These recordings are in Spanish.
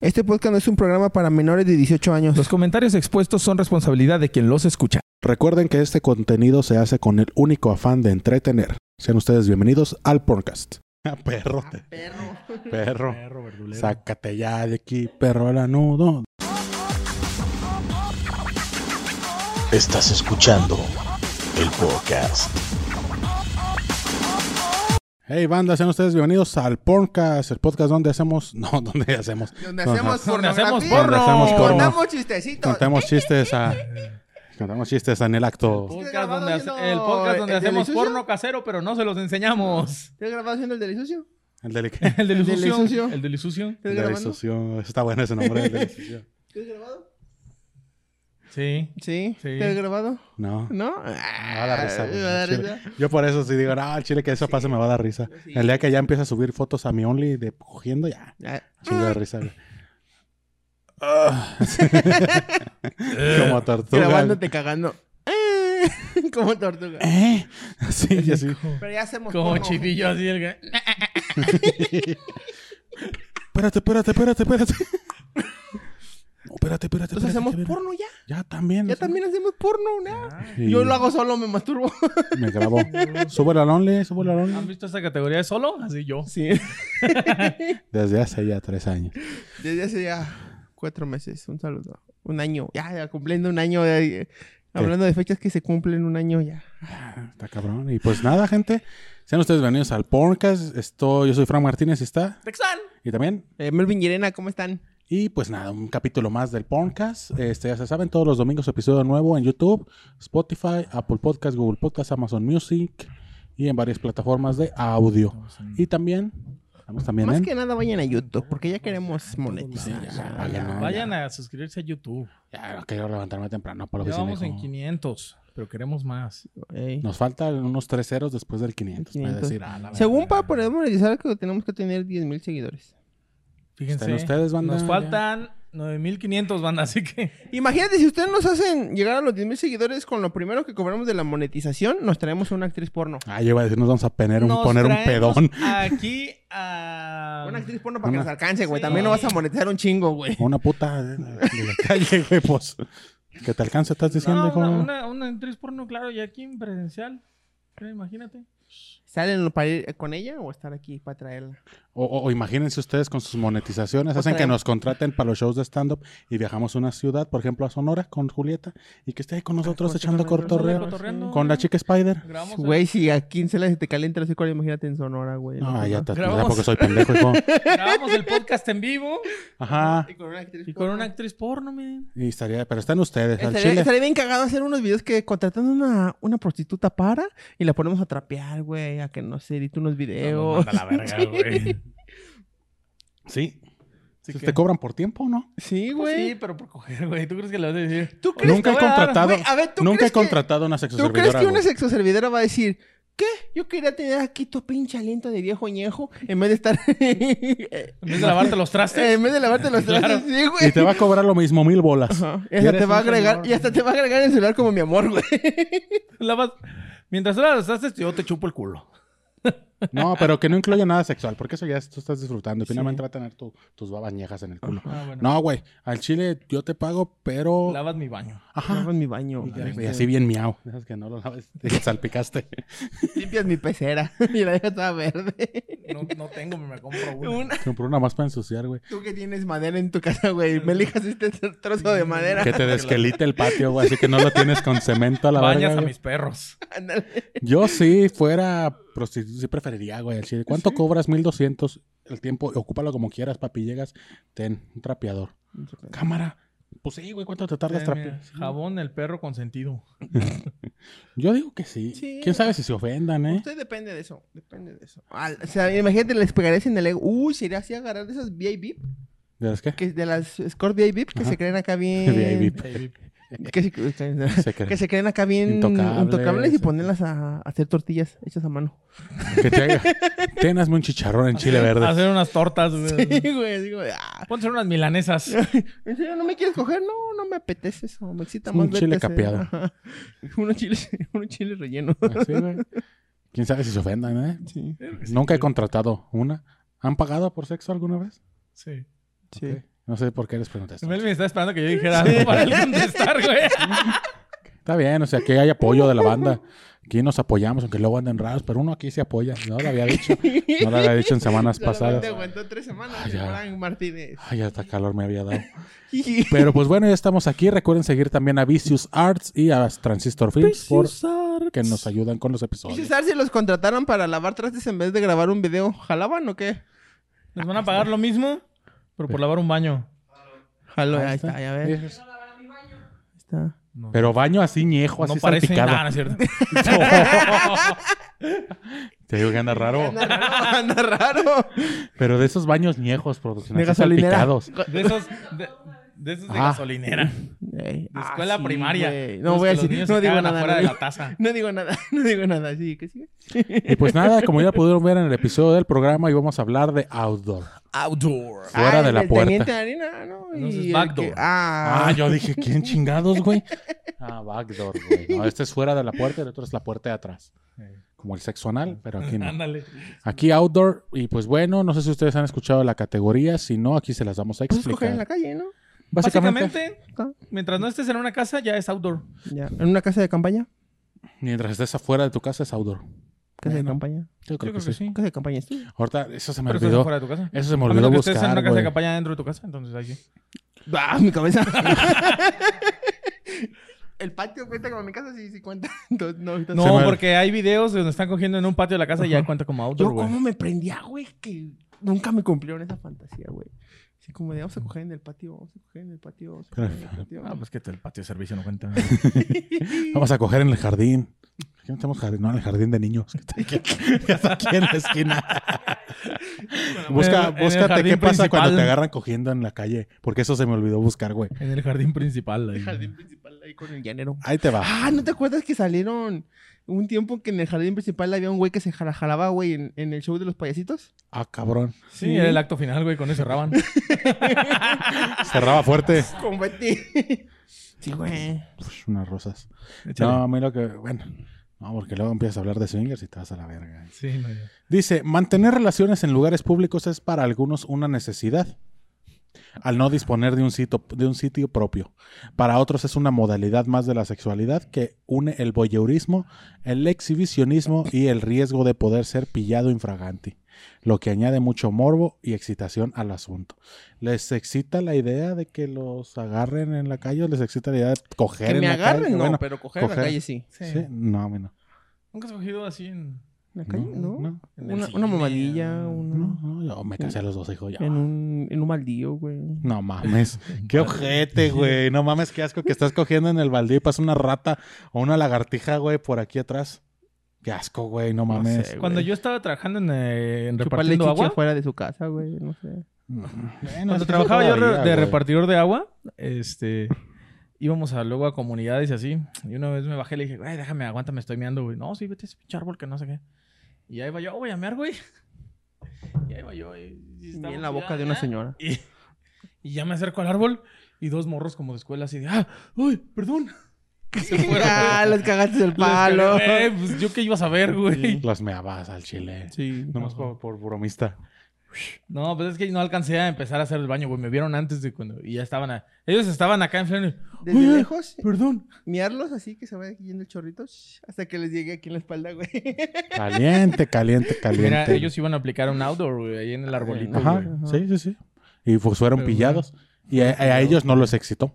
Este podcast no es un programa para menores de 18 años. Los comentarios expuestos son responsabilidad de quien los escucha. Recuerden que este contenido se hace con el único afán de entretener. Sean ustedes bienvenidos al podcast. perro, Perro. perro. Perro, verdulero. Sácate ya de aquí, perro lanudo. Estás escuchando el podcast. Hey banda, sean ustedes bienvenidos al podcast, el podcast donde hacemos, no, donde hacemos, Donde Ajá. hacemos Donde pornografía. hacemos porno. Donde hacemos Y porno. Contamos chistecitos. contamos chistes a, contamos chistes en el acto. Estoy Podcast grabado donde hace- haciendo el podcast donde el hacemos delicioso. porno casero, pero no se los enseñamos. ¿Te has grabado haciendo el del sucio? El del El del El del Isucio. Isucio. El del Isucio. ¿Te has de la grabando? discusión. Está bueno ese nombre. el de la discusión. ¿Te has grabado? Sí. Sí. Ah. Sí. ¿Te has grabado? No. ¿No? Me va a dar risa, güey. Me va a dar Al chile. risa. Yo por eso sí digo, no, el chile que eso pase me va a dar risa. Sí. El día que ya empieza a subir fotos a mi Only de cogiendo, ya, Ya. chingo de risa. güey. Como tortuga. Ah. Grabándote cagando. Eh, Como tortuga. ¿Eh? Sí, yo sí. Pero ya hacemos Como porno. chidillo así. El... que- Espérate, espérate, espérate, espérate. No, espérate, espérate, espérate. Entonces hacemos espérate. porno ya. Ya también. Ya o sea, también hacemos porno, ¿no? y Yo lo hago solo, me masturbo. Me grabó. Súbelo al Only, súbelo al ¿Han Only. visto esta categoría de solo? Así yo. Sí. Desde hace ya tres años. Desde hace ya cuatro meses. Un saludo. Un año. Ya, ya cumpliendo un año. ya, ya. Hablando de fechas que se cumplen un año ya. Ah, Está cabrón. Y pues nada, gente. Sean ustedes bienvenidos al podcast. Estoy, yo soy Fran Martínez y está. ¡Texan! Y también. Eh, Melvin y Irena, ¿cómo están? Y pues nada, un capítulo más del podcast. Este, ya se saben, todos los domingos episodio nuevo en YouTube, Spotify, Apple Podcast, Google Podcast, Amazon Music y en varias plataformas de audio. Y también, estamos también Más en- que nada vayan a YouTube, porque ya queremos monetizar. ya, vayan, ¿no? Vayan a suscribirse a YouTube. Ya, no quiero levantarme temprano para la Ya oficina, vamos en hijo. 500, pero queremos más. Ey. Nos faltan unos tres ceros después del 500. para 500. decir, ah, la Según verga. para poder monetizar, que tenemos que tener 10 mil seguidores. Fíjense. Están ustedes, banda, Nos ya. faltan 9500, banda, así que. Imagínate, si ustedes nos hacen llegar a los 10 mil seguidores con lo primero que cobramos de la monetización, nos traemos una actriz porno. Ah, yo iba a decir, nos vamos a poner un, Nos poner un traemos pedón. Aquí a. Una actriz porno para Una- que nos alcance, güey. Sí. También no vas a monetizar un chingo, güey. Una puta de de la calle, güey, pues. Que te alcance, estás diciendo, No, hijo. una, una, una actriz porno, claro, y aquí en presencial. Mira, Imagínate. ¿Salen para ir con ella o estar aquí para traerla? O, o- o imagínense ustedes con sus monetizaciones, hacen Otra que vez. nos contraten para los shows de stand-up y viajamos a una ciudad, por ejemplo, a Sonora con Julieta y que esté ahí con nosotros con echando Chica Mendoza, cortorreo cotorreando. con la chica Spider. Grabamos el- Güey, si a 15 se te calienta el hocico, ahora imagínate en Sonora, güey. No, No, Ah, ya no. te Grabamos. ya porque soy pendejo, hijo. Grabamos el podcast en vivo Ajá. Y con una actriz y con porno. una actriz porno, miren. Y estaría, pero están ustedes, al Estaría, chile. estaría bien cagado hacer unos videos que contratando una, una prostituta para y la ponemos a trapear, güey, a que no se edite unos videos. Pues Sí. Así Si que- Te cobran por tiempo, ¿no? Pues sí, Sí, güey. pero por coger, güey. ¿Tú crees que le vas a decir? ¿Tú crees Nunca he que voy a dar- contratado, güey, a ver, ¿tú nunca he crees que- contratado una ¿Tú crees sexoservidora. que una güey. sexoservidora va a decir, ¿qué? Yo quería tener aquí tu pinche aliento de viejo ñejo en vez de estar. en En vez de lavarte los trastes. vez de lavarte los Claro. trastes, sí, güey. Y te va a cobrar lo mismo, mil bolas. Ajá. Y hasta ¿Quieres te va a un agregar, señor? y hasta te va a agregar en el celular como mi amor, güey. lavas- Mientras tú lavas los trastes, yo te chupo el culo. No, pero que no incluya nada sexual, porque eso ya tú estás disfrutando. Y Finalmente va a tener tu- tus babas ñejas en el culo. Ah, bueno. No, güey, al chile yo te pago, pero... Lavas mi baño. Ajá. Lavo en mi baño. Y, ya- güey. y así bien miau. Dejas que no lo laves, te lo salpicaste. Limpias mi pecera y la dejas toda verde. No, no tengo, me compro una. Una- Compró una más para ensuciar, güey. Tú que tienes madera en tu casa, güey. Me elijas este trozo de madera. Que te desquelite el patio, güey. Así que no lo tienes con cemento a la Bañas verga. a güey. mis perros. Ándale. Yo sí fuera prostituta, sí preferiría, güey. al chile. ¿Cuánto cobras? 1200 el tiempo. Ocúpalo como quieras, papi. Llegas, ten un trapeador. Cámara. Pues sí, güey. ¿Cuánto te tardas Eh, mira, trapeando? Jabón, el perro consentido. Yo digo que sí. Sí. ¿Quién sabe si se ofendan, eh? Usted depende de eso. Depende de eso. Al- o sea, imagínate, les pegarías en el ego. Uy, sería así agarrar de esas VIP. ¿De las qué? Que, de las Score VIP que se creen acá bien. VIP. Baby. Que se, que Se creen. se creen acá bien Intocables. intocables, y ponerlas a, a hacer tortillas hechas a mano. Que te haga. Ten, hazme un chicharrón en chile verde. Hacer unas tortas. Sí, güey. güey. Digo, ah, Ponte a hacer unas milanesas. ¿En serio no me quieres coger? No, no me apetece eso. Me excita Es más un chile verte hacer- capeado. Ajá. Unos chiles, unos chiles rellenos. Así, Pues güey. ¿Quién sabe si se ofendan, eh? Sí. Nunca he contratado una. ¿Han pagado por sexo alguna vez? Sí. Sí. Ok. No sé por qué les pregunté esto. Pues Melvin estaba esperando que yo dijera algo para él contestar, güey. Está bien, o sea, que hay apoyo de la banda. Aquí nos apoyamos, aunque luego anden raros, pero uno aquí se apoya. No lo había dicho. No lo había dicho en semanas pasadas. Solamente aguantó tres semanas Ah, el ya. Frank Martínez. Ay, hasta calor me había dado. Pero pues bueno, ya estamos aquí. Recuerden seguir también a Vicious Arts y a Transistor Films por que nos ayudan con los Pinches episodios. si los contrataron para lavar trastes en vez de grabar un video. ¿Jalaban o qué? Nos van a pagar lo mismo, pero por lavar un baño. Jaló, ahí está, ya ves. Es- ahí Está. Pero baño así ñejo, así No parece salpicado. nada, ¿no es cierto? Te digo que anda raro. Anda raro, anda raro. Pero de esos baños ñejos, producción, De así gasolinera. salpicados. De esos de, de esos de Ah. gasolinera. Ey, De ah, escuela sí, primaria. güey. Los No voy a que los decir, niños no se digo cagan nada. afuera no de digo- la taza. No digo nada, no digo nada. Sí, ¿qué sigue? Y pues nada, como ya pudieron ver en el episodio del programa, íbamos a hablar de outdoor. Outdoor. Fuera Ah, de el la del puerta. Teniente Arena, ¿no? Entonces, el que- backdoor. Ah, Ah, yo dije, ¿quién chingados, güey? Ah, backdoor, güey. No, este es fuera de la puerta y el otro es la puerta de atrás. Eh. Como el sexo anal, pero aquí no. Ándale. Aquí outdoor, y pues bueno, no sé si ustedes han escuchado la categoría, si no, aquí se las vamos a pues escoger en la explicar. calle, ¿no? Básicamente, Básicamente, mientras no estés en una casa, ya es outdoor. Ya. En una casa de campaña. mientras estés afuera de tu casa es outdoor. Casa de Bueno. campaña. Yo creo Yo que sí. Casa de campaña es tú. Ahorita, eso se me Pero estás olvidó. fuera de tu casa. Eso se me A olvidó menos que buscar, estés en una casa de güey. campaña dentro de tu casa, entonces ahí sí. ¡Ah, mi cabeza! el patio cuenta como mi casa, sí, sí cuenta. Entonces, no, entonces- Se No, me- porque hay videos de donde están cogiendo en un patio de la casa y ya cuenta como Yo outdoor, güey. cómo me prendía, güey, que nunca me cumplieron esa fantasía, güey. Así como de vamos a coger en el patio, vamos a coger en el patio, vamos a coger en el patio. Ah, pues que el patio de servicio no cuenta. Vamos a coger en el jardín. Aquí no tenemos jardín, no, en el jardín de niños. que está aquí- que está aquí en la esquina. Busca, En el búscate jardín qué pasa cuando principal. te agarran cogiendo en la calle, porque eso se me olvidó buscar, güey. En el jardín principal. ahí. El jardín principal ahí con el llanero. Ahí te va. Ah, ¿no te acuerdas que salieron un tiempo que en el jardín principal había un güey que se jala- jalaba, güey, en, en el show de los payasitos? Ah, cabrón. Sí, era el acto final, güey, con eso cerraban. Cerraba fuerte. Con Betty. sí, güey. Uf, unas rosas. Échale. No, a mí lo que. Bueno. No, porque luego empiezas a hablar de swingers y te vas a la verga. Sí, no, ya. Dice: mantener relaciones en lugares públicos es para algunos una necesidad. Al no disponer de un, sitio, de un sitio propio. Para otros es una modalidad más de la sexualidad que une el voyeurismo, el exhibicionismo y el riesgo de poder ser pillado infragante, lo que añade mucho morbo y excitación al asunto. ¿Les excita la idea de que los agarren en la calle o les excita la idea de coger Que en me la agarren, calle? no, Bueno, pero coger en la coger. calle sí. Sí. Sí, no, a mí no. Nunca has cogido así en. ¿En la calle? No, No. no. En el Una, cine, una mamadilla, en- una... No, no, yo me casé a los dos hijos ya. En un, en un baldío, güey. No mames. Qué ojete, güey. No mames, qué asco que estás cogiendo en el baldío y pasa una rata o una lagartija, güey, por aquí atrás. Qué asco, güey. No mames. sé, Cuando güey. yo estaba trabajando en, eh, en Chuparle repartiendo chichi agua, afuera de su casa, güey, no sé. cuando trabajaba yo re- de repartir repartidor de agua, este, íbamos a, luego a comunidades y así. Y una vez me bajé y le dije, güey, déjame, aguántame, estoy meando, güey. No, sí, vete a ese pinche árbol que no sé qué. Y ahí va yo, voy a mear, güey. Y ahí va yo. Y, y Y estaba en la boca cuidando, de una ¿eh? señora. Y, y ya me acerco al árbol y dos morros como de escuela así de, ah, uy, perdón. Y se fueron, Ah, güey. les cagaste el Los palo. cagué, güey, pues yo qué iba a saber, güey. Las meabas al chile. Sí. Nomás por, por bromista. No, pues es que no alcancé a empezar a hacer el baño, güey. Me vieron antes de cuando. Y ya estaban. a- Ellos estaban acá en Flannery. Desde Oye, lejos, Perdón. miarlos así que se vaya yendo el chorrito shh, hasta que les llegue aquí en la espalda, güey. Caliente, caliente, caliente. Mira, ellos iban a aplicar un outdoor, güey, ahí en el arbolito. Ajá, güey. sí, sí, sí. Y pues fueron Pero pillados. Y a, a ellos no los excitó.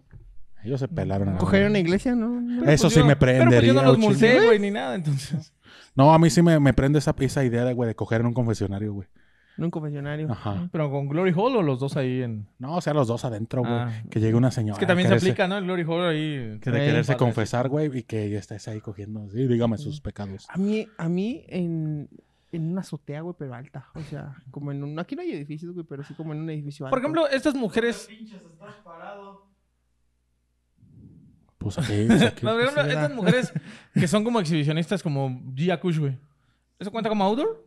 Ellos se pelaron. a la Coger en verga. una iglesia, ¿no? Pero, Eso pues, sí yo- me Pero pues, yo prendería, no los oh, multé, chinga. güey, ni nada, entonces. No, a mí sí me, me prende esa, esa idea de, güey, de coger en un confesionario, güey. En un confesionario. Ajá. Pero con Glory Hall o los dos ahí en. No, o sea, los dos adentro, güey. Ah. Que llegue una señora. Es que también se quererse- aplica, ¿no? El Glory Hall ahí. Que de Eh, quererse padre. Mm. confesar, güey, y que ya estés ahí cogiendo. Sí, dígame sus Ah, pecados. A mí, a mí en, en una azotea, güey, pero alta. O sea, como en un... Aquí no hay edificios, güey, pero sí como en un edificio alto. Por ejemplo, estas mujeres. Pues aquí, pues aquí. no, por ejemplo, sí, estas ¿verdad? mujeres que son como exhibicionistas, como Gia Kush, güey. ¿Eso cuenta como outdoor?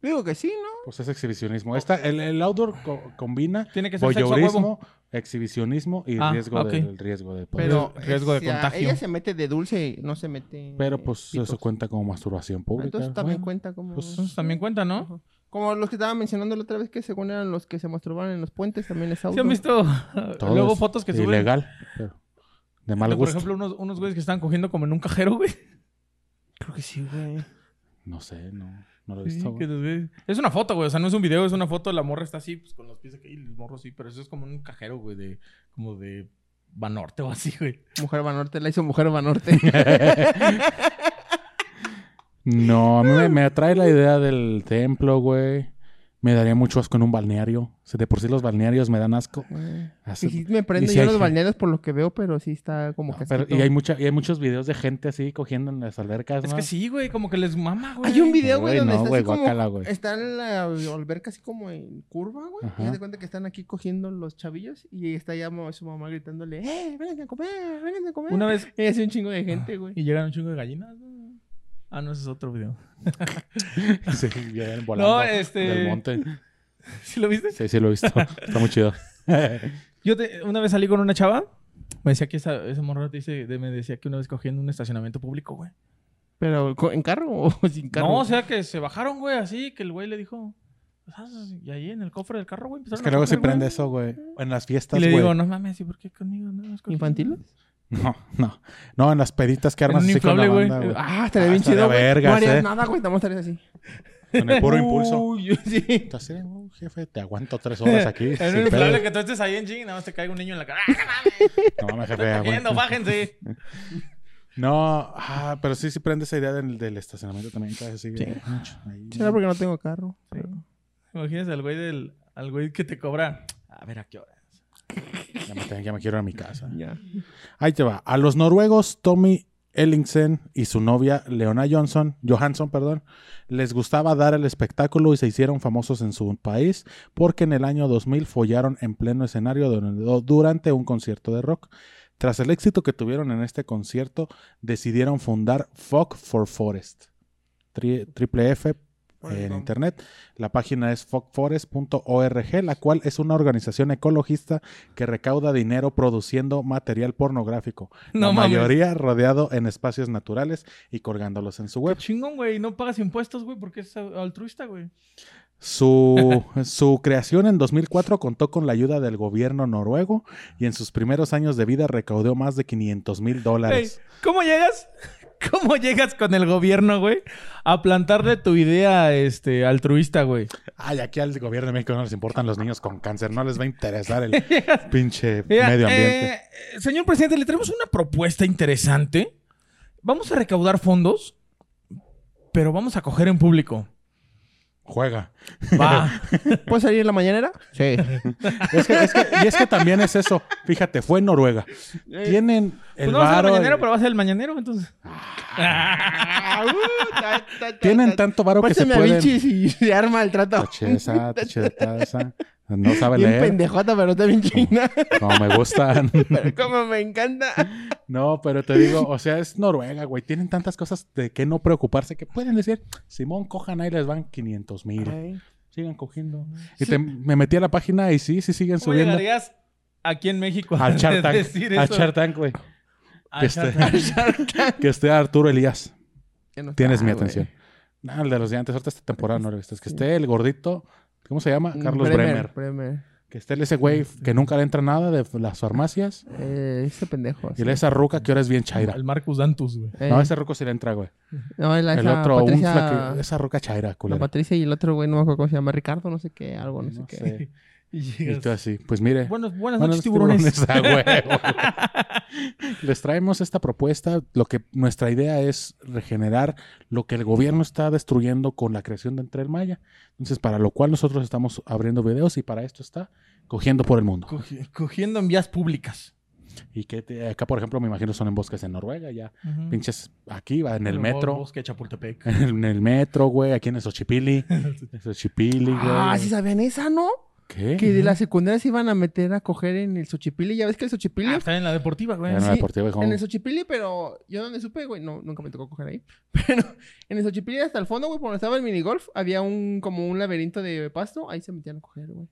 Digo que sí, ¿no? Pues es exhibicionismo. Esta, el, el outdoor co- combina Tiene que ser sexo a huevo. voyeurismo, exhibicionismo y Ah, riesgo, ok. de, el riesgo de poder. Pero... riesgo de o sea, contagio. Ella se mete de dulce, no se mete... Pero, pues pitos. eso cuenta como masturbación pública. Entonces también Bueno, cuenta como... pues, Entonces también cuenta, ¿no? Ajá. Como los que estaba mencionando la otra vez, que según eran los que se masturbaban en los puentes, también es auto. ¿Sí han visto Todo luego es fotos que suben? Ilegal. pero de mal Por gusto. ejemplo, unos, unos güeyes que están cogiendo como en un cajero, güey. Creo que sí, güey. No sé, no, no lo he Sí, visto. que güey. los güeyes- Es una foto, güey. O sea, no es un video, es una foto. La morra está así, pues con los pies aquí y el morro sí. Pero eso es como un cajero, güey, de... Como de Banorte o así, güey. Mujer Banorte, la hizo Mujer Banorte. No, a mí me, me atrae la idea del templo, güey. Me daría mucho asco en un balneario. O sea, de por sí los balnearios me dan asco. Así- Sí, sí, me prendo Ah, y si yo hay los gen- balnearios por lo que veo, pero sí está como No, que... pero- asquito. y hay mucha, y hay muchos videos de gente así cogiendo en las albercas, Es ¿no? que sí, güey. Como que les mama, güey. Hay un video, güey, Güey, donde no, está güey, así como... guácala, güey. Está en la alberca así como en curva, güey. Ajá. Y haz de cuenta que están aquí cogiendo los chavillos y está ya ma- su mamá gritándole, ¡Eh, vengan a comer, vengan a comer! Una vez... Y hace un chingo de gente, güey. Y llegan un chingo de gallinas, güey. Ah, no, ese es otro video. Sí, bien, volando No, este- del monte. ¿Sí lo viste? Sí, sí lo he visto. Está muy chido. Yo te- una vez salí con una chava. Me decía que esa, esa morra dice, de- me decía que una vez cogiendo un estacionamiento público, güey. ¿Pero co- en carro o sin carro? No, o sea que se bajaron, güey, así que el güey le dijo. "Ah, Y ahí en el cofre del carro, güey, empezaron Es que a luego coger, se güey". prende eso, güey. En las Y fiestas, le güey. digo, No, no mames, ¿y por qué conmigo? No, has cogido?" ¿Infantiles? no. No, en las peditas que En armas un así con la inflable, banda, güey. güey. Ah, estaría Ah, bien estaría chido, güey. vergas, no harías eh. nada, güey. Estamos estarías así. Con el puro impulso. Uy, sí. Entonces, "Uh, jefe, te aguanto tres horas aquí. En sin un inflable pedo". que tú estés ahí en ching, nada más te caiga un niño en la cara. No, mames, jefe, ¡Ah, cogiendo, aguanta. bájense! No, ah, pero sí, sí prende esa idea del, del estacionamiento también. Claro, sí. Ahí. Será porque no tengo carro. Imagínense al güey del. Al güey que te cobra. A ver, ¿a qué hora? Ya me, tengo- ya me quiero ir a mi casa. Ya. Ahí te va. A los noruegos, Tommy Ellingsen y su novia, Leona Johnson, Johansson, perdón, les gustaba dar el espectáculo y se hicieron famosos en su país porque en el año 2000 follaron en pleno escenario dur- durante un concierto de rock. Tras el éxito que tuvieron en este concierto, decidieron fundar Fuck for Forest. Tri- triple F eh, en internet. La página es fuckforest.org, la cual es una organización ecologista que recauda dinero produciendo material pornográfico. No la mames. mayoría rodeado en espacios naturales y colgándolos en su web. Chingón, güey, no pagas impuestos, güey, porque es altruista, güey. Su, su creación en 2004 contó con la ayuda del gobierno noruego y en sus primeros años de vida recaudó más de 500 mil dólares. Ey, ¿Cómo llegas? ¿Cómo llegas con el gobierno, güey? A plantarle tu idea este, altruista, güey. Ay, aquí al gobierno de México no les importan los niños con cáncer, no les va a interesar el pinche Mira, medio ambiente. eh, eh, señor presidente, le traemos una propuesta interesante. Vamos a recaudar fondos, pero vamos a coger en público. Juega. Va. ¿Puedes salir en la mañanera? Sí. Es que, es que- y es que también es eso. Fíjate, fue en Noruega. Tienen el Pues no va a ser el varo, eh. mañanero, el- pero va a ser el mañanero, entonces. Ah, uh, Tienen tanto varo que se Pásame a pueden... Vinchis y se arma el trato. Tachesa, tachesa, No sabe Bien leer. pendejota, pero está bien chingada. No me gustan. Pero como me encanta. No, pero te digo, o sea, es Noruega, güey. Tienen tantas cosas de que no preocuparse que pueden decir, Simón, cojan ahí, les van 500 mil. Sigan cogiendo. Y te- me metí a la página y sí, sí siguen ¿Cómo subiendo. llegarías aquí en México Al antes Shark de Tank. decir Al eso? Shark Tank, güey. Este, Al Que Shark esté- Tank. que esté Arturo Elías. Ya no está, Tienes mi Ah, güey. atención. No, el de los diantes, ahorita esta temporada no lo viste. Es que esté el gordito, ¿cómo se llama? Carlos Bremer. Mm, Bremer. Que esté el ese güey que nunca le entra nada de las farmacias. Eh, ese pendejo. Y la esa ruca que ahora es bien chaira. Al Marcus Dantus, güey. Eh, No, ese ruco sí le entra, güey. no, la- El esa otro, un Patricia- flaque- Esa ruca chaira, La culera. Patricia y el otro güey, no me acuerdo cómo se llama, Ricardo, no sé qué, algo, no, sé No qué. sé. Y Y llegas. tú así. Pues mire. Buenas, buenas buenos noches, tiburones. tiburones, a huevo, güey. Les traemos esta propuesta. Lo que nuestra idea es regenerar lo que el gobierno está destruyendo con la creación de Entre el Maya. Entonces, para lo cual nosotros estamos abriendo videos y para esto está cogiendo por el mundo. Cogi- Cogiendo en vías públicas. Y que te- acá, por ejemplo, me imagino son en bosques en Noruega, ya Ujú. pinches aquí, va, en el Bo- metro. Bosque de Chapultepec. En el metro, güey, aquí en el Xochipili. Ah, En Xochipili, güey. Ah, sí sabían esa, ¿no? ¿Qué? Que de la secundaria se iban a meter a coger en el Xochipilli. Ya ves que el Xochipilli. Ah, está en la deportiva, güey. En la Pues sí, deportiva, dijo, "Oh". en el Xochipilli, pero yo donde supe, güey, no, nunca me tocó coger ahí. Pero en el Xochipilli hasta el fondo, güey, por donde estaba el minigolf, había un como un laberinto de pasto. Ahí se metían a coger, güey.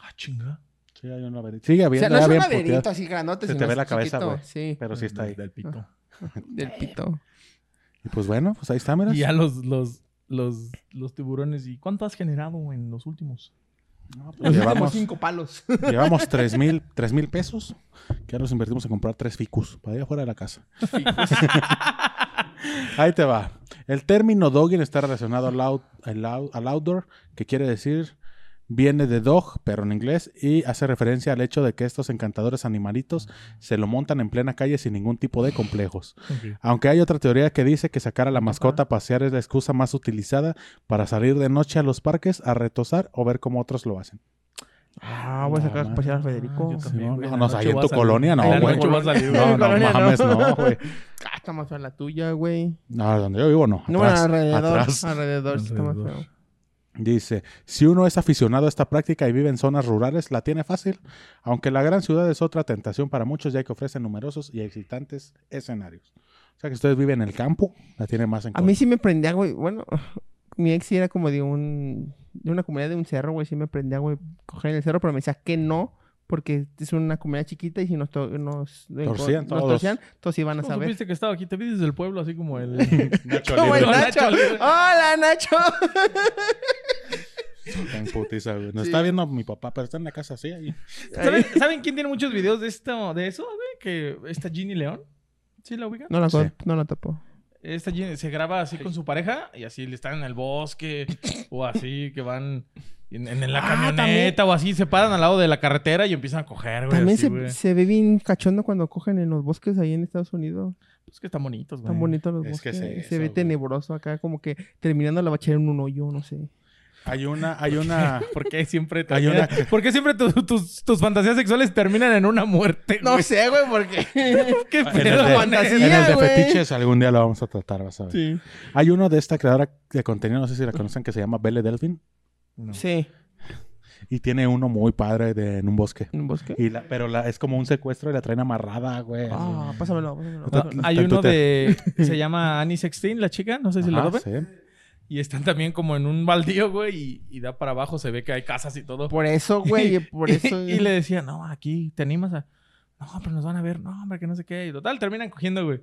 Ah, chinga. Sí, hay un laberinto. Sigue O sea, habiendo, no es un había laberinto puteadas, así grandote, Se te sino ve la así cabeza, chiquito, güey. Sí, pero sí está ahí. Del pito. del pito. Y pues bueno, pues ahí está, mira. Y ya los, los, los, los tiburones. ¿Y cuánto has generado en los últimos? No, pues Los últimos llevamos cinco palos. llevamos 3 mil tres mil pesos que ahora los invertimos en comprar tres ficus para ir afuera de la casa. Ahí te va. El término dogging está relacionado al, out- al out- al outdoor, que quiere decir viene de dog, pero en inglés, y hace referencia al hecho de que estos encantadores animalitos se lo montan en plena calle sin ningún tipo de complejos. Aunque hay otra teoría que dice que sacar a la mascota a pasear es la excusa más utilizada para salir de noche a los parques a retosar o ver cómo otros lo hacen. Ah, voy a sacar a pasear a Federico. Ah, yo no, También, güey, en la no, no, noche ahí en voy tu a salir. colonia Ahí en no, la güey. noche voy a salir. En mi No, no colonia, no. mames, no, güey. Ah, está más fea la tuya, güey. No, donde yo vivo no. No, bueno, Atrás, alrededor. atrás. Alrededor, sí está más Alrededor. feo. Dice, si uno es aficionado a esta práctica y vive en zonas rurales, la tiene fácil, aunque la gran ciudad es otra tentación para muchos ya que ofrece numerosos y excitantes escenarios. O sea que ustedes viven en el campo, la tienen más en A mí sí me prendía, güey. Bueno, mi ex sí era como de un... De una comunidad de un cerro, güey. Sí me prendía, güey, coger en el cerro. Pero me decía que no. Porque es una comunidad chiquita y si nos... to- nos Torcían nos todos. torcían, todos iban a ¿Cómo saber. supiste que estaba aquí? Te vi desde el pueblo, así como el... Nacho ¿Cómo el Libre. Nacho? ¡Hola, Nacho! Está en putiza, güey. Nos está viendo mi papá, pero está en la casa así. ahí. ¿Saben, saben quién tiene muchos videos de esto, de eso, güey? Que esta Ginny León. ¿Sí la ubican? No la, Sí. cor- no la tapó. Esta Ginny se graba así con su pareja y así le están en el bosque o así que van en, en- en la Ah, camioneta o así se paran al lado de la carretera y empiezan a coger, güey. También así, se, güey. se ve bien cachondo cuando cogen en los bosques ahí en Estados Unidos. Es que están bonitos, güey. Tan bonitos los es que bosques. es se ve eso, güey. tenebroso acá, como que terminando la bachera en un hoyo, no sé. Hay una, hay una. ¿Por qué siempre, Hay una- termina- ¿Por qué siempre tu- tus, tus fantasías sexuales terminan en una muerte? güey? sé, güey, porque. ¿Qué En el pedo de, con eso? fantasía, en el de güey. fetiches algún día lo vamos a tratar, vas a ver. sí. Hay uno de esta creadora de contenido, no sé si la conocen, que se llama Belle Delfin. Sí. Y tiene uno muy padre de- en un bosque. ¿En un bosque? Y la, pero la, es como un secuestro y la traen amarrada, güey. Ah, pásamelo, pásamelo. Está- pásamelo. Hay en uno Twitter. de... Se llama Annie Sexteen, la chica. No sé si la Ajá, topen. sí. Y están también como en un baldío, güey, y, y da para abajo, se ve que hay casas y todo. Por eso, güey, por Y- eso. y, le decía, no, aquí te animas a. No, pero nos van a ver, no, hombre, que no sé qué. Y total, terminan cogiendo, güey.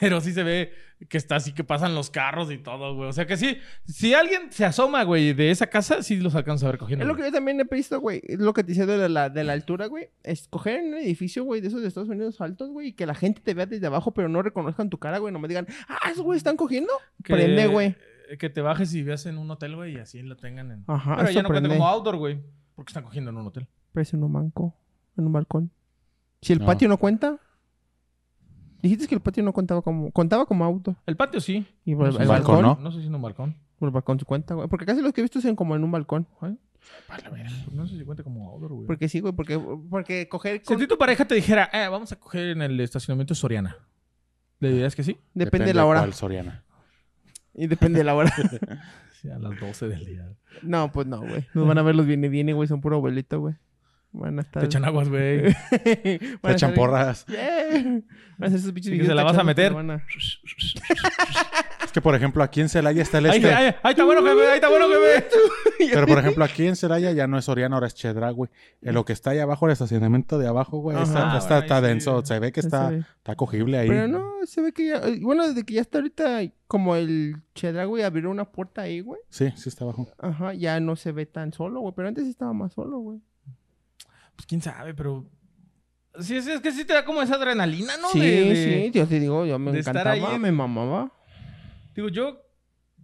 Pero sí se ve que está así, que pasan los carros y todo, güey. O sea que sí, si alguien se asoma, güey, de esa casa, sí los alcanza a ver cogiendo. Es lo que güey. yo también he visto, güey. Es lo que te decía de la, de la altura, güey. Escoger en un edificio, güey, de esos de Estados Unidos altos, güey, y que la gente te vea desde abajo, pero no reconozcan tu cara, güey. No me digan, ah, esos güey están cogiendo. Que- Prende, güey. Que te bajes y veas en un hotel, güey, y así lo tengan en. Ajá, pero Ah, eso ya no cuenta prende. como outdoor, güey. Porque están cogiendo en un hotel. Parece un manco en un balcón. Si el No. patio no cuenta. Dijiste que el patio no contaba como contaba como auto. El patio sí. Y por Pues, el, Es un el balcón, balcón, ¿no? No sé si en un balcón. por el balcón se cuenta, güey. Porque casi los que he visto son como en un balcón. Ay, No sé si cuenta como outdoor, güey. Porque sí, güey, porque porque coger Si con- a ti tu pareja te dijera, eh, vamos a coger en el estacionamiento Soriana, ¿le dirías que sí? depende de la hora cuál Soriana. y depende de la hora. Sí, a las 12 del día. no, pues no, güey. Nos van a ver los viene viene, güey, son puro abuelito, güey. Van a estar Te echan aguas, güey. Van Te a echan estar- porras. Yeah. Van a hacer sus pinches Y que se la vas a videos meter. cachando, pero van a- Es que, por ejemplo, aquí en Celaya está el Ahí, este. ahí- ahí está bueno, jefe, ahí está bueno, jefe. pues, Pero, por ejemplo, aquí en Celaya ya no es Soriana, ahora es Chedra, güey. En lo que está ahí abajo, el estacionamiento de abajo, güey, Ajá. está, Ah, está, bueno, está ahí sí. denso. Se ve que Ya está, se ve. está cogible ahí. Pero no, se ve que ya. eh, Bueno, desde que ya está ahorita como el Chedra, güey, abrió una puerta ahí, güey. Sí, sí está abajo. Ajá, ya no se ve tan solo, güey. Pero antes sí estaba más solo, güey. Pues quién sabe, pero. Sí, es, es que sí te da como esa adrenalina, ¿no? sí, De- de- sí, yo te digo, yo me de estar encantaba, ahí. me mamaba. Digo, yo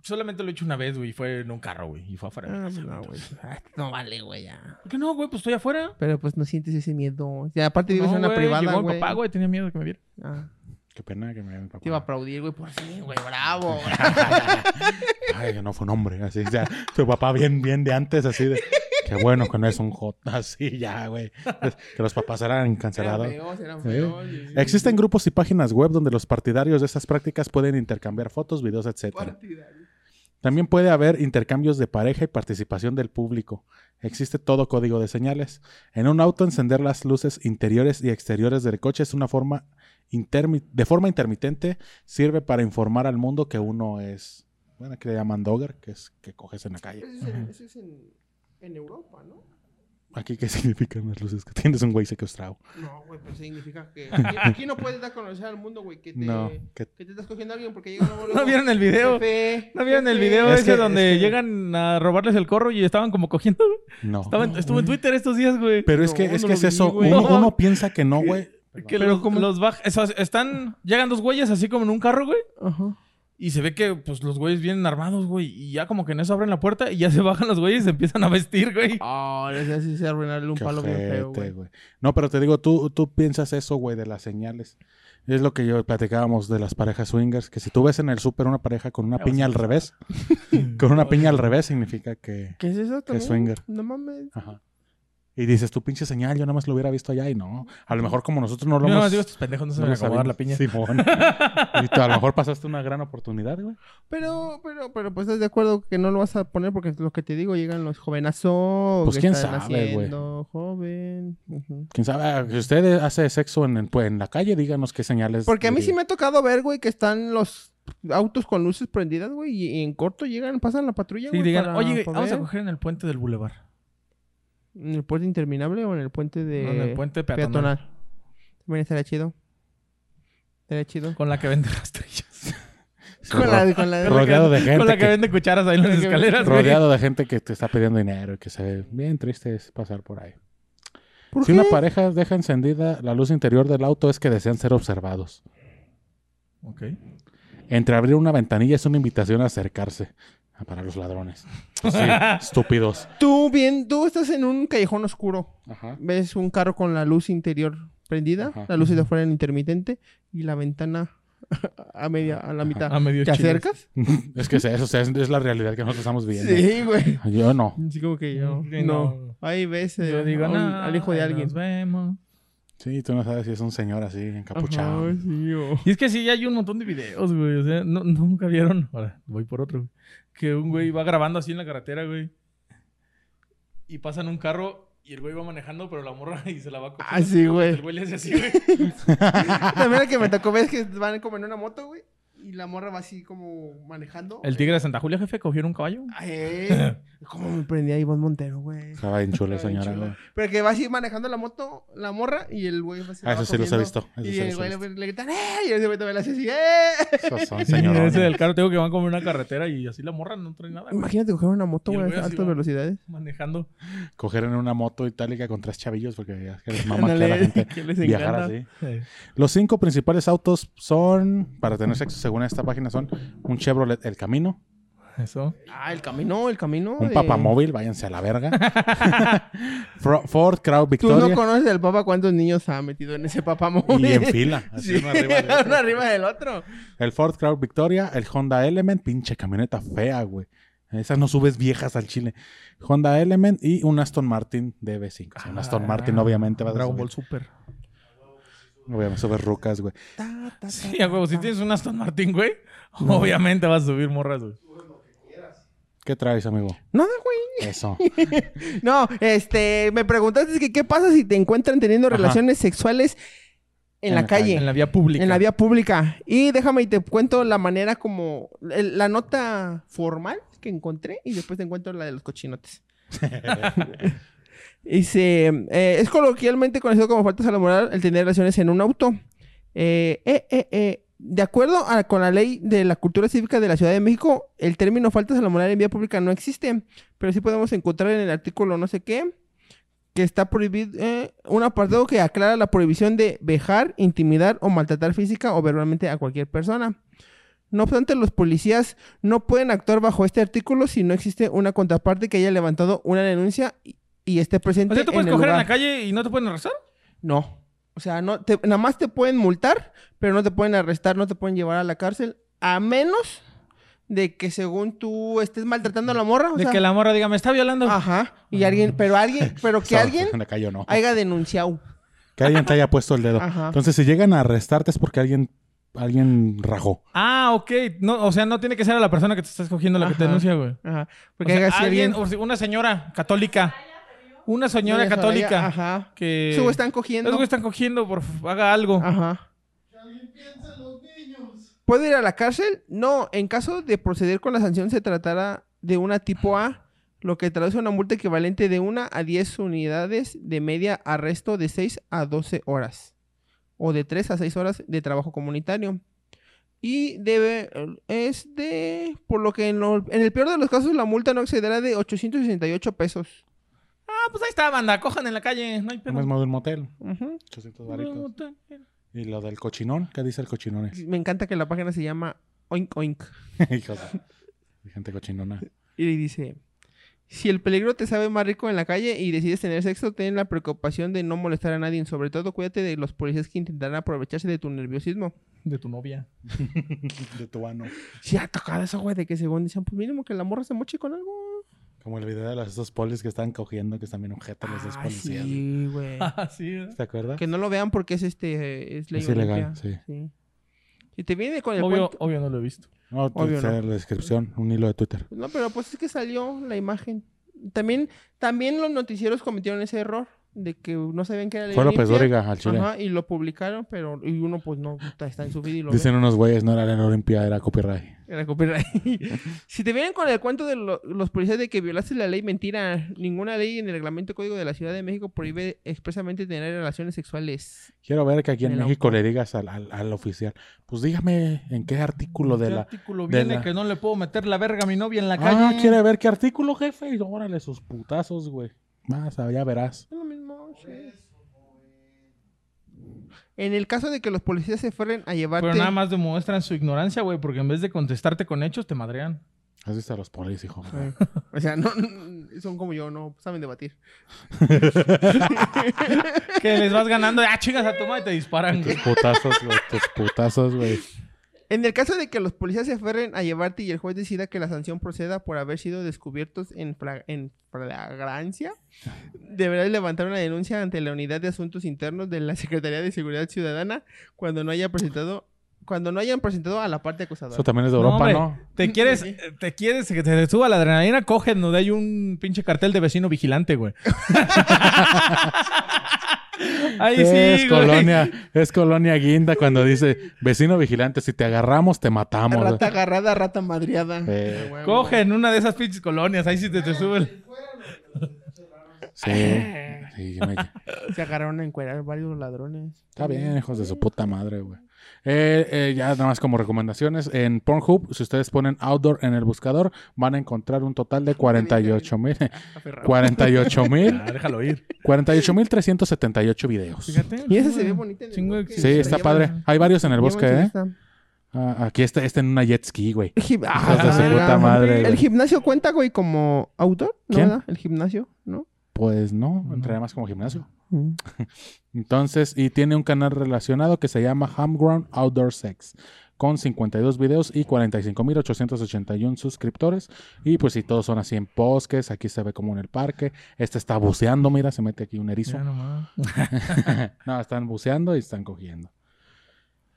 solamente lo he hecho una vez, güey, y fue en un carro, güey, y fue afuera. de mi Ah, casa, pues no, güey. güey. Ah, esto No vale, güey, ya. ¿Por qué no, güey? Pues estoy afuera. Pero pues no sientes ese miedo. O sea, aparte vives No, en una güey, privada, llegó mi güey. papá, güey, tenía miedo de que me viera. Ah, Qué pena que me mi papá. te iba a aplaudir, güey, por fin, güey. Bravo, güey. Ay, que no fue un hombre, así. O sea, tu papá bien, bien de antes, así de. Qué bueno que no es un J, así ya, güey. Es Que los papás eran Eran cancelados. feos, eran Sí. feos. y- y- Existen grupos y páginas web donde los partidarios de estas prácticas pueden intercambiar fotos, videos, etc. partida, güey. También puede haber intercambios de pareja y participación del público. Existe todo código de señales. En un auto encender las luces interiores y exteriores del coche es una forma intermi- de forma intermitente sirve para informar al mundo que uno es, bueno, que le llaman dogger, que es que coges en la calle. Eso es en- eso es en en Europa, ¿no? ¿Aquí qué significan las luces que tienes un güey secuestrado? No, güey, pues significa que aquí, aquí no puedes dar a conocer al mundo, güey, que te, No, que... que- te estás cogiendo a alguien porque llega un ¿No vieron el video? Jefe, ¿No vieron el jefe. video Es ese que- donde es que- llegan a robarles el corro y estaban como cogiendo? güey? No. Estaba en- estuvo en Twitter estos días, güey. Pero es que, No, es, no que lo es vi, eso. güey. Uno, uno piensa que no, güey. Que Pero los, ¿cómo? los baj- o sea, están... Llegan dos güeyes así como en un carro, güey. Ajá. Y se ve que, pues, los güeyes vienen armados, güey. Y ya como que en eso abren la puerta y ya se bajan los güeyes y se empiezan a vestir, güey. Ah, les hace se arruinarle un Qué palo bien feo, ojete, güey. güey. No, pero te digo, tú, tú piensas eso, güey, de las señales. Es lo que yo platicábamos de las parejas swingers, que si tú ves en el súper una pareja con una Ya piña al vas revés, con una piña al revés significa que... ¿Qué es eso también? swinger. No mames. Ajá. Y dices, tu pinche señal, yo nada más lo hubiera visto allá y no. A lo mejor como nosotros no Yo lo nada hemos... más digo, estos pendejos no se no van a lo acomodar la piña. sabemos. Simón. y tú, a lo mejor pasaste una gran oportunidad, güey. Pero, pero, pero, pues estás de acuerdo que no lo vas a poner porque lo que te digo, llegan los jovenazos. Pues, que quién están sabe, güey. haciendo Joven. Ujú. Quién sabe, ah, si usted hace sexo en, en- pues, en la calle, díganos qué señales. Porque a mí diría. sí me ha tocado ver, güey, que están los autos con luces prendidas, güey, y, y en corto llegan, pasan la patrulla, Sí, güey. digan, para oye, vamos a poder". coger en el puente del bulevar. ¿En el puente interminable o en el puente de No, en el puente Eh, peatonal. peatonal? También estaría chido. Estaría chido. Con la que vende rastrillas. Sí, Con la, con la- Rodeado de gente Con la que que- vende cucharas ahí en Con las la que vende- escaleras, güey. rodeado de gente que te está pidiendo dinero y que se ve bien triste es pasar por ahí. ¿Por Si qué? una pareja deja encendida la luz interior del auto es que desean ser observados. Ok. Entre abrir una ventanilla es una invitación a acercarse. Ah, Para los ladrones. Sí, estúpidos. Tú bien, tú estás en un callejón oscuro. Ajá. Ves un carro con la luz interior prendida, Ajá. las luces de afuera en intermitente y la ventana a media, a la mitad. A Ah, medio ¿Te chile. acercas? Es que es eso, o sea, es, es la realidad que nosotros estamos viviendo. Sí, güey. Yo no. Así como que yo. no. Sí, no. Ahí ves eh, Yo digo, a un- no, al hijo de ahí alguien. Nos vemos. Sí, tú no sabes si es un señor así, encapuchado. Ajá, sí, o- Y es que sí, hay un montón de videos, güey. O sea, no- nunca vieron. Ahora, voy por otro, güey. Que un güey va grabando así en la carretera, güey. Y pasan un carro y el güey va manejando, pero la morra y se la va cogiendo. Ah, sí, güey. El güey le hace así, güey. También el Ah, que me tocó ver es que van como en una moto, güey. Y la morra va así como manejando. El tigre de Santa Julia, jefe, cogieron un caballo. Ay, ¿Cómo me prendía Iván Montero, güey? Estaba bien chula Está esa bien señora. chula. güey. Pero que va así manejando la moto, la morra, y el güey va así. Ah, eso sí los he visto. Eso Y sí el los he güey visto. le, le gritan, ¡eh! Y ese güey también le hace así, ¡eh! Esos son Sí, señorones. ese del carro, tengo que van como en una carretera y así la morra no trae nada, güey. Imagínate coger una moto, Y el güey, güey a así altas va. velocidades. Manejando. Coger en una moto itálica con tres chavillos porque ya es que les mama que a la Ándale, gente que les viajar encanta. así. Eh, Los cinco principales autos son, para tener sexo según esta página, son un Chevrolet El Camino, Eso. Ah, el camino, el camino. un de- papamóvil, váyanse a la verga, Fro- Ford Crown Tú Victoria no conoces al papa cuántos niños ha metido en ese papamóvil. y en fila. así Sí, uno arriba del otro. uno arriba del otro. El Ford Crown Victoria, el Honda Element, pinche camioneta fea, güey. Esas no subes viejas al chile. Honda Element y un Aston Martin DB5. O sea, un Ah. Aston Martin, obviamente, vas a Dragon subir. Ball Super. Obviamente, subes rucas, güey. Ta, ta, ta. Sí, a huevo, si tienes un Aston Martin, güey, obviamente vas a subir morras, güey. ¿Qué traes, amigo? Nada, güey. Eso. No, este, me preguntaste que qué pasa si te encuentran teniendo Ajá. relaciones sexuales en, la, calle, En la vía pública. en la vía pública. Y déjame y te cuento la manera como el- la nota formal que encontré y después te encuentro la de los cochinotes. Dice, eh, es coloquialmente conocido como faltas a la moral el tener relaciones en un auto. Eh, eh, eh, eh, De acuerdo a- con la ley de la cultura cívica de la Ciudad de México, el término faltas a la moral en vía pública no existe, pero sí podemos encontrar en el artículo no sé qué que está prohibido eh, un apartado que aclara la prohibición de vejar, intimidar o maltratar física o verbalmente a cualquier persona. No obstante, los policías no pueden actuar bajo este artículo si no existe una contraparte que haya levantado una denuncia y, y esté presente O sea, tú en puedes el coger en lugar. la calle y no te pueden arrestar. No. O sea, no te- nada más te pueden multar, pero no te pueden arrestar, no te pueden llevar a la cárcel, a menos de que según tú estés maltratando a la morra. O De sea, Ah. que la morra diga, me está violando. Ajá. Y alguien, pero alguien, pero que Estaba alguien En la calle o no. haya denunciado. Que alguien te haya puesto el dedo. Ajá. Entonces, si llegan a arrestarte es porque alguien, alguien rajó. Ah, ok. No, o sea, no tiene que ser a la persona que te estás cogiendo la que Ajá. te denuncia, güey. Ajá. O Porque sea, haya sido alguien, alguien- o sea, una señora católica. Una señora Doña Soraya, católica. Ajá. Que... Su están cogiendo. Ah. Los güeyes están cogiendo, por f- haga algo. Ajá. ¿Puedo ir a la cárcel? No, en caso de proceder con la sanción se tratará de una tipo A, lo que traduce a una multa equivalente de 1 a 10 unidades de media arresto de 6 a 12 horas o de 3 a 6 horas de trabajo comunitario. Y debe, es de, por lo que en, lo- en el peor de los casos la multa no excederá de 868 pesos. Ah, pues ahí está, banda. Cojan en la calle. No hay Lo pedo. mismo de un motel. Ujú. 800 varitos. Y lo del cochinón. ¿Qué dice el cochinón? ese? Me encanta que la página se llama Oink Oink. Hijos de gente cochinona. Y dice, si el peligro te sabe más rico en la calle y decides tener sexo, ten la preocupación de no molestar a nadie. Sobre todo, cuídate de los policías que intentarán aprovecharse de tu nerviosismo. De tu novia. De tu ano. Sí, ha tocado eso, güey, de que según dicen, pues mínimo que la morra se moche con algo. Como el video de los, esos polis que están cogiendo, que están bien objetos los dos Ah, policías. sí, güey. Ah, sí. ¿eh? ¿Te acuerdas? que no lo vean porque es este, eh, es ley Es ilegal, Olimpia. sí. Sí. Si te viene con el Obvio, cuento- obvio no lo he visto. No, Obvio está no. en la descripción, un hilo de Twitter. No, pero pues es que salió la imagen. También, también los noticieros cometieron ese error de que no sabían que era ley Fue López Olimpia. Dóriga al Chile. Ajá, y lo publicaron, pero y uno pues no puta, está en su feed y lo Dicen unos güeyes, no era la Olimpia, era copyright. ve. Era copyright. si te vienen con el cuento de lo- los policías de que violaste la ley, mentira. Ninguna ley en el reglamento código de la Ciudad de México prohíbe expresamente tener relaciones sexuales. Quiero ver que aquí en En el México le digas al, al- al oficial, pues dígame en qué artículo de ¿Qué la... artículo de viene la- que no le puedo meter la verga a mi novia en la calle? Ah, quiere ver qué artículo, jefe. Y órale sus putazos, güey. Vas, ah, ya verás. Es lo mismo, sí. En el caso de que los policías se fueren a llevarte... Pero nada más demuestran su ignorancia, güey, porque en vez de contestarte con hechos, te madrean. Así están los polis, hijo. Sí. O sea, no, no- son como yo, no saben debatir. Que les vas ganando, ah, chingas a tu madre y te disparan, Tus güey. putazos, güey. Tus putazos, güey. En el caso de que los policías se aferren a llevarte y el juez decida que la sanción proceda por haber sido descubiertos en, fra- en flagrancia, deberás levantar una denuncia ante la Unidad de Asuntos Internos de la Secretaría de Seguridad Ciudadana cuando no haya presentado cuando no hayan presentado a la parte Eso acusadora. también es de No, Europa, hombre. ¿no? Te quieres, te quieres que te suba la adrenalina, cogen donde hay un pinche cartel de vecino vigilante, güey. Ahí es sí, güey. colonia, es colonia guinda cuando dice vecino vigilante, si te agarramos, te matamos. Rata agarrada, rata madriada. Eh. Ah, huevo. Cogen una de esas pinches colonias, ahí sí te, te sube. el- Sí, sí, me- Eh. Se agarraron a encuerar varios ladrones. Está bien, hijos de su puta madre, güey. Eh, eh, ya nada más como recomendaciones. En Pornhub, si ustedes ponen outdoor en el buscador, van a encontrar un total de 48 mil. Aferrado. 48 ¿Eh? mil. Ah, déjalo ir. 48 mil 378 videos. Fíjate. Y ese se ve bonito. en el Chingo de- bosque. Sí, está padre. Hay varios en el bosque, Llévense ¿eh? esta. Ah, aquí está, está en una jet ski, güey. Gim- Hijos de su Ah, puta madre. ¿El güey. gimnasio cuenta, güey, como autor? ¿No, ¿Quién? verdad? El gimnasio, ¿no? Pues no, entraría más como gimnasio. Entonces, y tiene un canal relacionado que se llama Homegrown Outdoor Sex, con 52 videos y 45.881 suscriptores. Y pues si todos son así en bosques, aquí se ve como en el parque. Este está buceando, mira, se mete aquí un erizo. Ya nomás. no, están buceando y están cogiendo.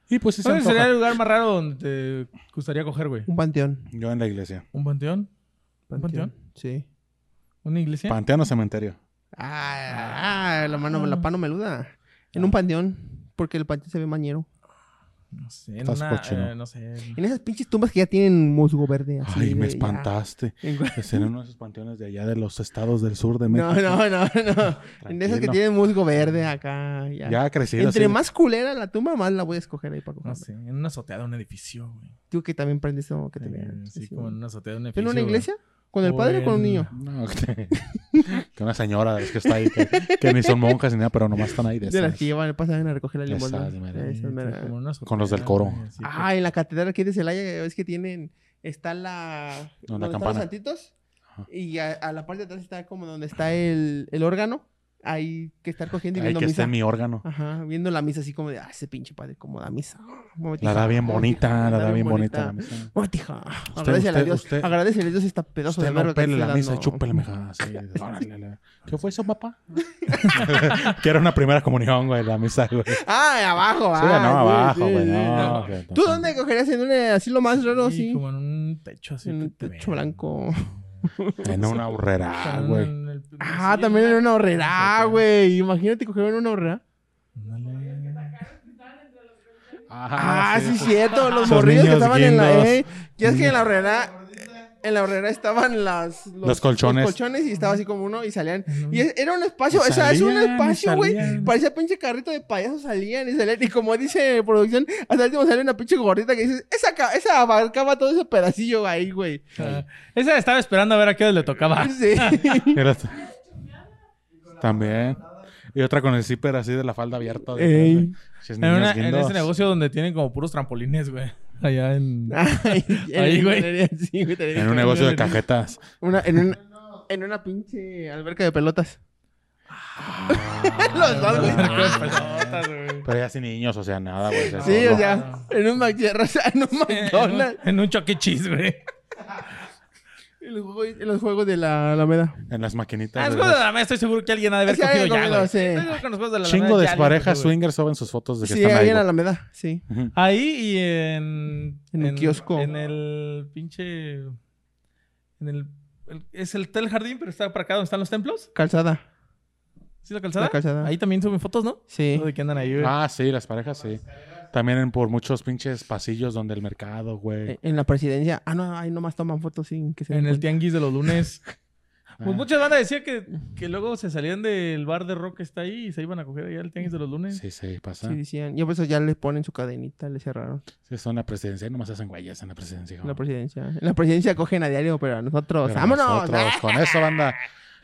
Y pues sí se ¿Cuál sería el antoja. lugar más raro donde te gustaría coger, güey? Un panteón. Yo en la iglesia. ¿Un panteón? ¿Un panteón? Sí. ¿Una iglesia? Panteón o cementerio. Ah, ah, la mano, la pano meluda. En un Ah. panteón, porque el panteón se ve mañero. no sé, en Estás una, cochino. eh, no sé. En esas pinches tumbas que ya tienen musgo verde. así Ay, de- me ya. espantaste. En cu- Es en uno de esos panteones de allá de los estados del sur de México. No, no, no, no. En esas que Tranquilo. tienen musgo verde acá. Ya. Ya ha crecido. Entre así. más culera la tumba, más la voy a escoger ahí para No coger. sé, en una azotea de un edificio, güey. Tú que también prendes eso que te vean. Eh, sí, Sí, sí. como en una azotea de un edificio. ¿En una güey. Pues iglesia? ¿Con el O padre o con un en- niño? No, que, que una señora es que está ahí, que, que ni son monjas ni nada, pero nomás están ahí de De las esas. que llevan, pasan a recoger la Esas, limosna. mira. Esas, Sí, mira. como en una azotea, Con los del coro. güey, así, Ah, en la catedral aquí de Celaya es que tienen, está la... No, donde la están campana. los santitos. Ajá. Y a, a la parte de atrás está como donde está el, el órgano. Ahí que estar cogiendo y Ahí viendo que está misa. en mi órgano. Ajá, viendo la misa así como de, ah, ese pinche padre, como da misa. Muévete, La hija, da bien muévete, bonita, hija, la da bien bonita. la misa. Muévete, hija. Agradecele a usted- Dios. usted- Agradecele a Dios esta pedazo Usted de verga no que "Ah, te pele la está misa, dando. chúpele, mija. Sí, órale, la- ¿Qué fue eso, papá? que era una primera comunión, güey, la misa, güey. Sí, Ah, abajo, ah. no, abajo, sí, güey. sí, no, sí. que- ¿Tú dónde cogerías en un asilo más raro Sí, así? como en un techo así. En que un te techo vean. blanco. En una Ah, horrera, en- güey. en el- Ah, sí, también en una Acá. horrera, güey. Imagínate coger en una horrera. Ándale. Ah, sí, sí. cierto. Los Esos Ah, morrillos que niños estaban en la. guindos. eh, Ya es que en la horrera. en la horrera estaban las, los, colchones. colchones y estaba así como uno y salían. Ujú. Y es- era un espacio, Y o sea, es un salían, y espacio, güey. salían. Parecía pinche carrito de payasos, salían y salían. Y como dice producción, hasta el último sale una pinche gordita que dices, esa, ca- esa abarcaba todo ese pedacillo ahí, güey. Ah, Esa estaba esperando a ver a qué hora le Ah. tocaba. Sí. Era- También. Y otra con el zipper así de la falda abierta. de- Ey. Pinches En, niños una- en guindos. ese negocio donde tienen como puros trampolines, güey. Allá en... Ah, Ay, Ahí, güey. sí, güey, tenía En un que- negocio de cajetas. Una, en, una, en una pinche alberca de pelotas. Los dos, güey. Ah, Pelotas, güey. Pero ya sin niños, o sea, nada, güey. sea, Sí, solo. o sea, en un McDonald's, o sea, en un En un- McDonald's. en un choque chis, güey. En los juegos- en los juegos de la Alameda. En las Ah, maquinitas. los de- juegos de la mesa, estoy seguro que alguien ha de haber Sí, alguien cogido ya, cogido, güey. sí. Estoy seguro que en los juegos de la Chingo mesa de ya alguien parejas cogió, güey. swingers suben sus fotos de que Sí, están ahí. ahí en la güey. Alameda, sí. Ujú. Ahí y en... En un kiosco. En el pinche... En el... el- es el Tel Jardín, pero está para acá donde están los templos. Calzada, ¿Sí la calzada? La calzada. Ahí también suben fotos, ¿no? sí. ¿De qué andan ahí, güey? Ah, sí, las parejas, sí. También en- por muchos pinches pasillos donde el mercado, güey. Eh, En la presidencia. Ah, no, ahí nomás toman fotos sin que se En den el cuenta. tianguis de los lunes. Pues Ah. muchas bandas decían que, que luego se salían del bar de rock que está ahí y se iban a coger allá al tianguis de los lunes. Sí, sí, pasa. Sí, decían. Y por eso ya le ponen su cadenita, le cerraron Sí, son la presidencia, nomás hacen güeyes en la presidencia. la presidencia. En la presidencia cogen a diario, pero a nosotros, Ah. Pero ¡vámonos! ah, nosotros con eso, banda.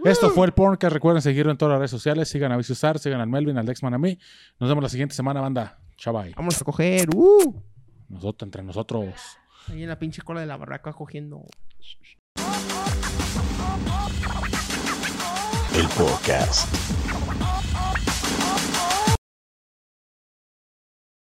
Esto fue el Porncast. Recuerden seguirlo en todas las redes sociales. Sigan a Visusar, sigan al Melvin, al Dexman, a mí. Nos vemos la siguiente semana, banda. Chabai. Vamos a coger, ¡uh! Nosotros, entre nosotros. Ahí en la pinche cola de la barraca cogiendo. El podcast